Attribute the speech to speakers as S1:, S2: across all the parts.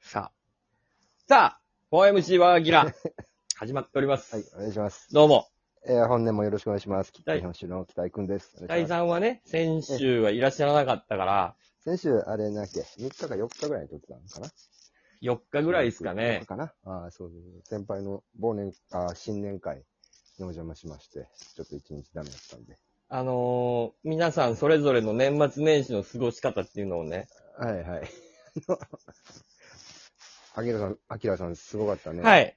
S1: さ
S2: さあ、OMG ワーギ ラ、始まっております。
S3: はい、お願いします。
S2: どうも。
S3: えー本年もよろしくお願いします。北
S2: はい
S3: 日本酒の北井くんです。お願
S2: 大
S3: いします
S2: さんはね、先週はいらっしゃらなかったから、
S3: 先週、あれなっけ、3日か4日ぐらいに撮ってたのかな
S2: 4日ぐらいですか
S3: 4日
S2: ね。
S3: かなああ、そうそうそう先輩の忘年、あー新年会にお邪魔しまして、ちょっと一日ダメだったんで。
S2: あのー、皆さんそれぞれの年末年始の過ごし方っていうのをね、
S3: はいはい。 あきらさん、あきらさんすごかったね。。
S2: はいい。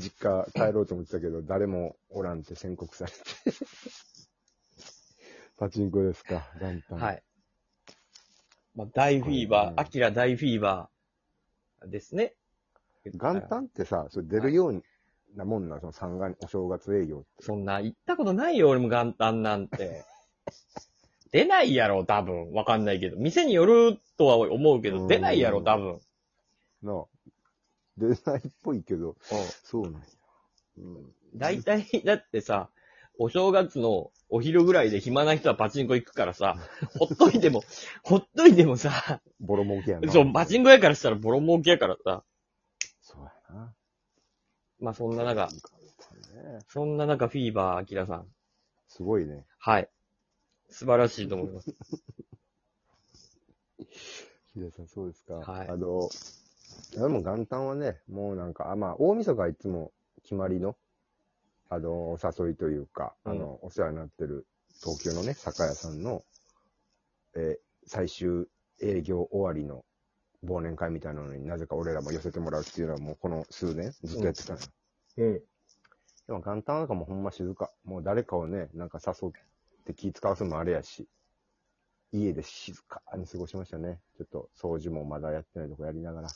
S3: 実家帰ろうと思ってたけど、誰もおらんって宣告されて。 パチンコですか、元旦。
S2: はい。まあ、大フィー
S3: う
S2: バ
S3: ん
S2: ー、アキラ大フィーバーですね。
S3: 元旦ってさ、それ出るようなもんな、その三がお正月営業って。
S2: そんな、行ったことないよ、俺も元旦なんて。 出ないやろ、多分。わかんないけど。店によるとは思うけ
S3: う
S2: ど、
S3: ん
S2: 出ないやろ、多分。うん
S3: なあ出ないっぽいけど、そうなんや。うん。
S2: 大体、 だってさ、お正月のお昼ぐらいで暇な人はパチンコ行くからさ、ほっといても、ほっといてもさ、
S3: ボロ儲けやな。
S2: そう、パチンコやからしたらボロ儲けやからさ。
S3: そうやな。
S2: まあそんな中、
S3: ね
S2: そんな中フィーバー、アキラさん。
S3: すごいね。
S2: はい。素晴らしいと思います。
S3: ヒデさん、そうですか。
S2: はい
S3: あの、でも元旦はね、もうなんか、あまあ、大晦日はいつも決まりの、あの、お誘いというか、
S2: うん
S3: あの、お世話になってる東京のね、酒屋さんの、えー最終営業終わりの忘年会みたいなのになぜか俺らも寄せてもらうっていうのはもうこの数年ずっとやってたのよ。
S2: うん。
S3: でも元旦なんかもうほんま静か。もう誰かをね、なんか誘って気使わすのもあれやし、家で静かに過ごしましたね。ちょっと掃除もまだやってないとこやりながら。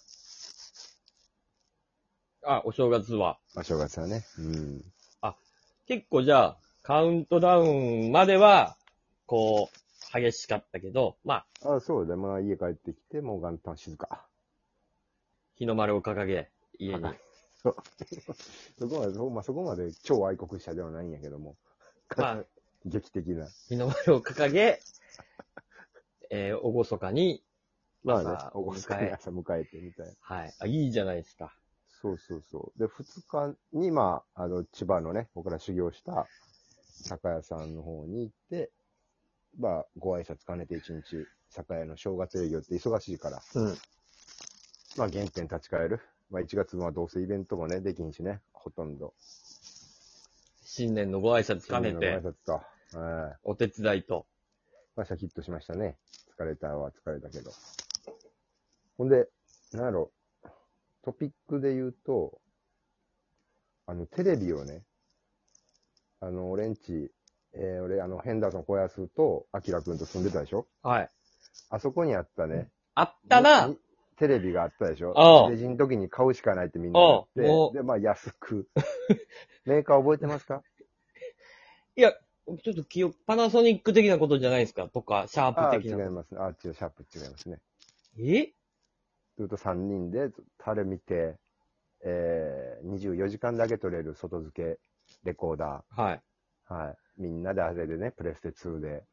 S2: あ、お正月は。
S3: まあ正月はね。うん。
S2: 結構じゃあ、カウントダウンまでは、こう、激しかったけど、まあ、
S3: あそうだ。まあ家帰ってきて、もう元旦静か。
S2: 日の丸を掲げ、家に。
S3: そう。そこまで、そこまあ、そこまで超愛国者ではないんやけども。
S2: まあ、
S3: 劇的な。
S2: 日の丸を掲げ、えー、おごそかに、
S3: まあ
S2: 朝
S3: ね、お子さんに
S2: 迎え
S3: 朝迎えてみたいな。
S2: はい。あ、いいじゃないですか。
S3: そうそうそう。で、二日に、まあ、あの、千葉のね、僕ら修行した酒屋さんの方に行って、まあ、ご挨拶兼ねて一日、酒屋の正月営業って忙しいから、
S2: うん。
S3: まあ、原点立ち返る。まあ、1月分はどうせイベントもね、できんしね、ほとんど。
S2: 新年のご挨拶兼ねて
S3: ご、挨拶か。ええ
S2: お手伝いと。
S3: まあ、シャキッとしましたね。疲れたは疲れたけど。ほんで、なんやろ、トピックで言うと、あの、テレビをね、あの、俺んち、えー俺、あの、ヘンダーソン小安と、アキラくんと住んでたでしょ
S2: はい。
S3: あそこにあったね。
S2: あったな
S3: にテレビがあったでし
S2: ああ
S3: ょレジの時に買うしかないってみんな言って
S2: ああもう
S3: で、まあ安く。メーカー覚えてますか
S2: ちょっと記憶、パナソニック的なことじゃないですかとか、シャ
S3: あ
S2: ー
S3: あ、
S2: プ的
S3: 違い
S2: な。
S3: ますね。ああ、違う、シャープ違いますね。
S2: え
S3: ずっと3人で、ずっとあれ見て、えー、24時間だけ撮れる外付けレコーダ
S2: はい。
S3: ー。はい。みんなであれでね、プレステ2で、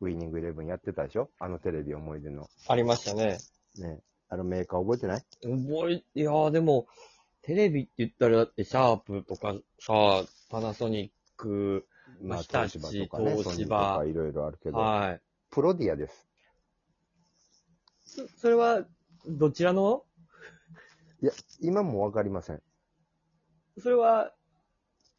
S3: ウィニングイレブンやってたでしょあのテレビ思い出の。
S2: ありましたね。
S3: ね。あのメーカー覚えてない
S2: 覚え、いやーでも、テレビって言ったらだって、シャープとかさ、パナソニック、まあ
S3: 東芝とかね、
S2: 日立
S3: ソニーとかいろいろあるけど、
S2: はい。
S3: プロディアです。
S2: そそれは、どちらの
S3: いや、今もわかりません。
S2: それは、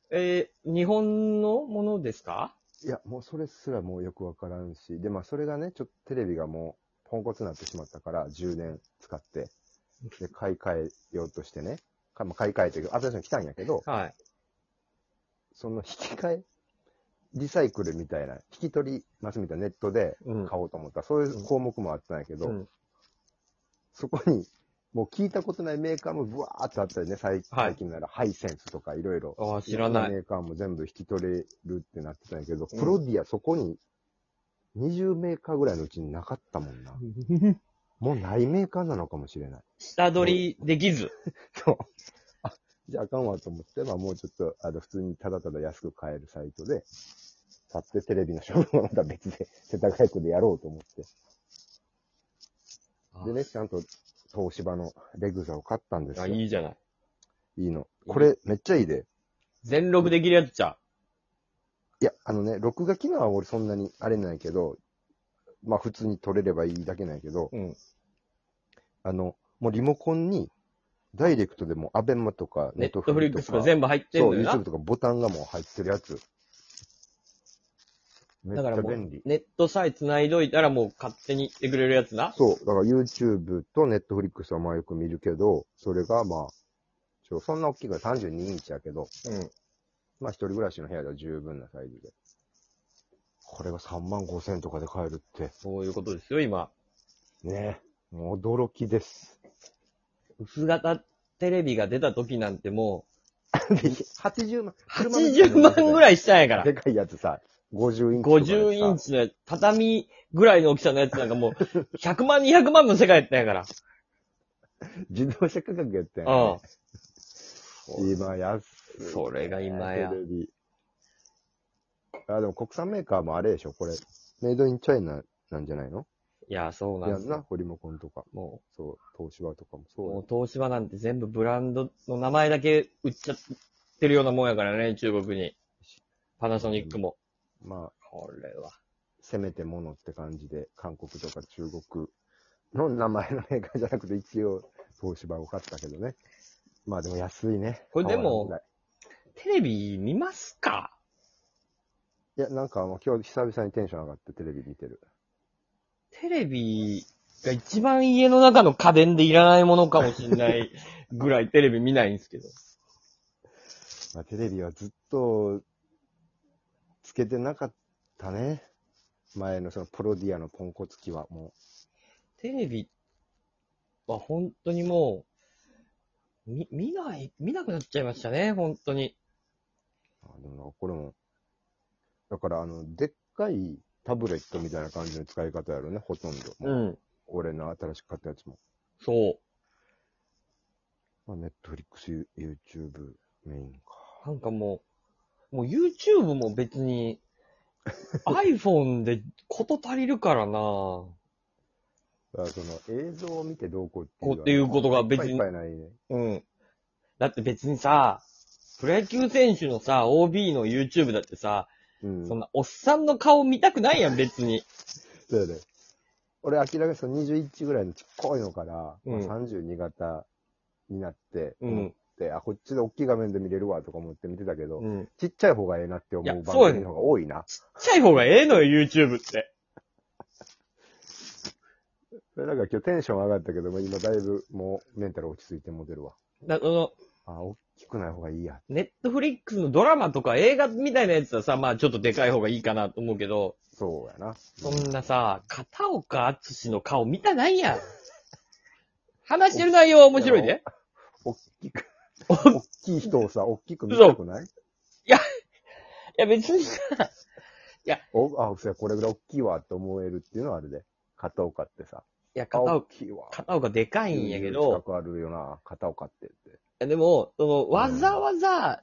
S2: えー日本のものですか
S3: いや、もうそれすらもうよくわからんし、で、まあそれがね、ちょっとテレビがもうポンコツになってしまったから、10年使って、で、買い替えようとしてね、かまあ、買い替えというか、新しいの来たんやけど、
S2: はい。
S3: その引き換え、リサイクルみたいな、引き取りますみたいなネットで
S2: うん
S3: 買おうと思った、そういう項目もあったんやけど、
S2: うん
S3: そこに、もう聞いたことないメーカーもブワーってあったりね、最
S2: はい
S3: 最近なら、ハイセンスとかいろいろ。
S2: ああ、知らない。
S3: メーカーも全部引き取れるってなってたんやけど、
S2: うん
S3: プロディアそこに20メーカーぐらいのうちになかったもんな。もうないメーカーなのかもしれない。
S2: 下取りできず。
S3: そう。あ、じゃああかんわと思って、まあもうちょっと、あの、普通にただただ安く買えるサイトで、 買ってテレビの処分はまた別で、世田谷区でやろうと思って。でね、ちゃんと東芝のレグザを買ったんです
S2: あ、
S3: よ。
S2: いいじゃない。
S3: いいの。これ、めっちゃいいで。
S2: 全録できるやつちゃ
S3: いや、あのね、録画機能は俺そんなにあれないけど、まあ普通に撮れればいいだけないけど、
S2: う。うん。
S3: あの、もうリモコンに、ダイレクトでもアベマとか、
S2: ネットフリックス
S3: と
S2: が
S3: か、
S2: 全部入ってん
S3: そう、
S2: のよ
S3: YouTube
S2: な。
S3: とかボタンがもう入ってるやつ。めっ
S2: だ
S3: ち
S2: か
S3: ゃ
S2: らも
S3: 便
S2: う
S3: 利、。
S2: ネットさえ繋いどいたらもう勝手に行ってくれるやつな。
S3: そう、だから YouTube と Netflix はまあよく見るけど、それがまあ、ちょそんな大きいから32インチやけど、
S2: うん。
S3: まあ一人暮らしの部屋では十分なサイズで。これが3万5千とかで買えるって。
S2: そういうことですよ、今。
S3: ねえ。もう驚き です。
S2: 薄型テレビが出た時なんても
S3: 80万。
S2: う、80万ぐら
S3: い
S2: いしたんやから
S3: で。かいやつさ、50インチとかでさ。
S2: 50インチのやつ、畳ぐらいの大きさのやつなんかもう、100万、200万の世界やったんやから。
S3: 自動車価格やったんやね。
S2: うん。
S3: 今安い。
S2: それが今や
S3: テレビ。あ、でも国産メーカーもあれでしょこれ。メイドインチャイナなんじゃないの
S2: いや、そうなん
S3: や
S2: で
S3: ん
S2: す
S3: な
S2: よ。、
S3: ホリモコンとか。
S2: も
S3: そう、東芝とかも
S2: う、も
S3: そう
S2: 東芝なんて全部ブランドの名前だけ売っちゃってるようなもんやからね、中国に。パナソニックも。
S3: う。まあ、
S2: これは。
S3: せめてものって感じで、韓国とか中国の名前のメーカーじゃなくて、一応、東芝を買ったけどね。まあでも安いね。
S2: これでも
S3: 変わらない
S2: テレビ見ますか
S3: いや、なんかもう今日久々にテンション上がってテレビ見てる。
S2: テレビが一番家の中の家電でいらないものかもしんないぐらいテレビ見ないんですけど。
S3: まあ、テレビはずっと、つけてなかったね。前のそのプロディアのポンコツ期はも
S2: テレビは本当にもう、見、見ない、見なくなっちゃいましたね、本当に。
S3: う。あでもなんかこれも、だからあの、でっかいタブレットみたいな感じの使い方やろね、ほとんど。
S2: ん。
S3: 俺の新しく買ったやつも。
S2: そう。
S3: まあ、ネットフリックス、YouTube メインか。
S2: なんかもう、もう YouTube も別に、iPhone でこと足りるからな
S3: だからその映像を見てどうこうっていうの
S2: こ
S3: は。
S2: うっていうことが別
S3: いっ
S2: に
S3: ぱいいっぱいないね。
S2: うん。だって別にさ、プロ野球選手のさ、OB の YouTube だってさ、
S3: うん。
S2: そんなおっさんの顔見たくないやん、別に。
S3: そうやで。俺、明らかにその21ぐらいのちっこいのから、
S2: うん
S3: まあ32型になって、
S2: う
S3: 思っ
S2: ん。
S3: て、あ、こっちで大きい画面で見れるわとか思って見てたけど、
S2: うん。
S3: ちっちゃい方がええなって思
S2: いや
S3: う
S2: そう
S3: 番
S2: やね
S3: 組の方が多いな。
S2: ちっちゃい方がええのよ、YouTube って。
S3: それだから今日テンション上がったけども、今だいぶもうメンタル落ち着いてモデルは。
S2: だその、
S3: あ、大きくない方がいいや。
S2: ネットフリックスのドラマとか映画みたいなやつはさ、まあちょっとでかい方がいいかなと思うけど、
S3: そうやな。
S2: そんなさ、片岡厚志の顔見たないやん。話してる内容は面白いで。
S3: 大きく、
S2: お
S3: 大きい人をさ、大きく見たくない
S2: いや別にさ、
S3: おあ、そうや、これぐらい大きいわって思えるっていうのはあるで。片岡ってさ。
S2: いや
S3: あ
S2: 片
S3: 大
S2: 岡、
S3: きいわ。
S2: 片岡でかいんやけ
S3: 90
S2: ど、
S3: 近くあるよな、片岡ってって。
S2: いやでも、その、
S3: ん
S2: わざわざ、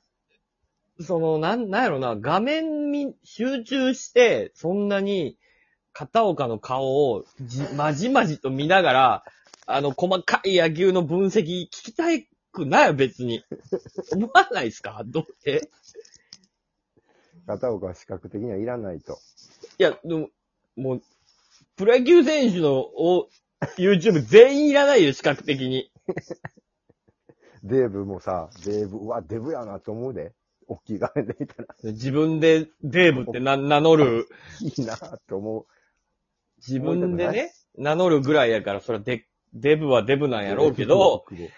S2: その、なん、なんやろな、画面に集中して、そんなに、片岡の顔をじ、まじまじと見ながら、あの、細かい野球の分析聞きたくないよ、別に。思わないですかどう、え
S3: 片岡は視覚的にはいらないと。
S2: いや、でも、もう、プロ野球選手の、お、YouTube 全員いらないよ、視覚的に。
S3: デーブもさ、デーブ、うわ、デブやなと思うで。大きい画面で見 たら、
S2: 自分でデーブってな、名乗る、
S3: いいなと思
S2: 自分でね、名乗るぐらいやから、それはデ、デブはデブな
S3: うん
S2: やろうけど、、
S3: 久保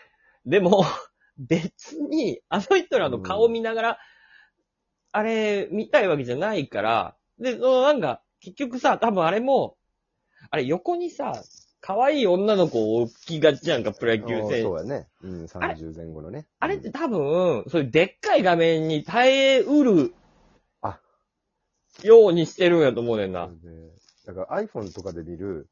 S2: でも、 別に、あの人らの顔見ながら、あれ、見たいわけじゃないから、で、そのなんか、結局さ、多分あれも、あれ横にさ、可愛い女の子を置きがちやんか、プロ野
S3: 久
S2: 球
S3: 保
S2: 選手
S3: そうやね。うん、30前後のね。
S2: あれっ
S3: う
S2: て
S3: ん
S2: 多分、そういうでっかい画面に耐えうる、
S3: あ
S2: ようにしてるんやと思うねんな。
S3: だから iPhone とかで見る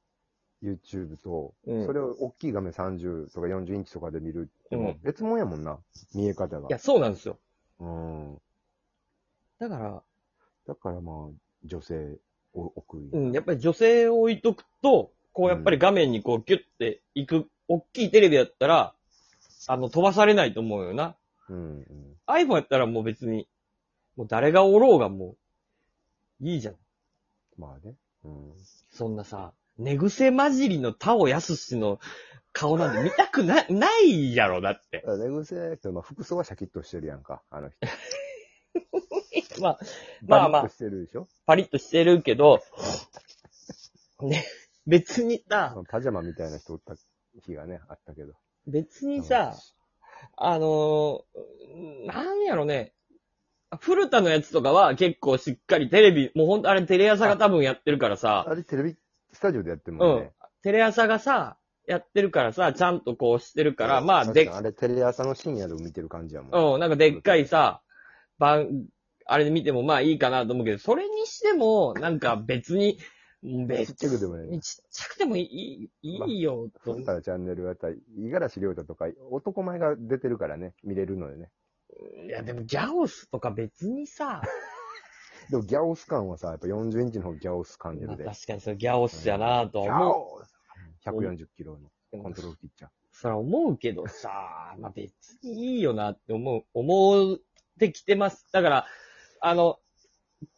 S3: YouTube と、
S2: うん
S3: それを大きい画面30とか40インチとかで見るって、
S2: うん
S3: 別物やもんな、見え方が
S2: いや、。そうなんですよ。
S3: うん。
S2: だから、
S3: だからまあ、女性を置く。
S2: うん、やっぱり女性を置いとくと、こうやっぱり画面にこうギュッていく、大きいテレビだったら、あの、飛ばされないと思うよな。
S3: うん、
S2: iPhone やったらもう別に、もう誰がおろうがもう、いいじゃん。
S3: まあね。うん。
S2: そんなさ、寝癖混じりの田尾康氏の顔なんて見たくな、 ないやろ、だって。
S3: 寝癖やけど、まあ、服装はシャキッとしてるやんか、あの人。
S2: まあ、まあまあ
S3: バリッとしてるでしょ
S2: パリッとしてるけど、ね、別にさ、
S3: パジャマみたいな人おった日がね、あったけど。
S2: 別にさ、あのーなんやろね、古田のやつとかは結構しっかりテレビ、もうほんとあれテレ朝が多分やってるからさ、
S3: あれテレビ、スタジオでやってるもんね。
S2: テレ朝がさ、やってるからさ、ちゃんとこうしてるから、まあ、
S3: 確
S2: で
S3: かに、あれテレ朝の深夜でも見てる感じやもん。
S2: うん、なんかでっかいさ、番、あれで見てもまあいいかなと思うけど、それにしても、なんか別に、
S3: ち
S2: 別
S3: っちゃくでもね
S2: に、ちっちゃくてもいい、いいよ、と
S3: そ
S2: 思う
S3: したらチャンネルやったら、五十嵐亮太とか、男前が出てるからね、見れるのよね。
S2: いや、でもギャオスとか別にさ、
S3: でもギャオス感はさ、やっぱ40インチの方ギャオス感出
S2: まあ
S3: るで。
S2: 確かにそれギャオスやなと
S3: ギ
S2: は
S3: ャ
S2: 思
S3: オス !140 キロ
S2: う。
S3: のコントロールピッチャー。
S2: そら思うけどさ、まあ別にいいよなって思う、思ってきてます。だから、あの、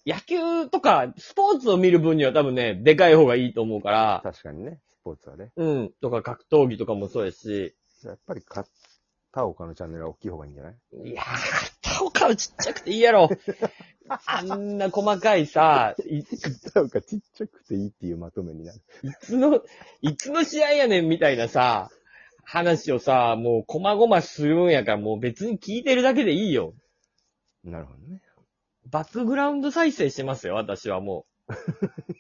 S2: 野球とかスポーツを見る分には多分ね、でかい方がいいと思うから、
S3: 確かにね、スポーツはね。
S2: うん。とか格闘技とかもそうやし。
S3: やっぱり片岡のチャンネルは大きい方がいいんじゃない
S2: いやー、片岡はちっちゃくていいやろ。 あんな細かいさ、いい
S3: 片岡ちっちゃくていいっていうまとめになる。
S2: つの、いつの試合やねんみたいなさ、話をさ、もう細々するんやから、もう別に聞いてるだけでいいよ。
S3: なるほどね。
S2: バックグラウンド再生してますよ、私はもう。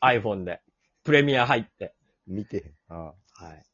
S2: iPhone で。プレミア入って。
S3: 見てへん。ああ。
S2: はい。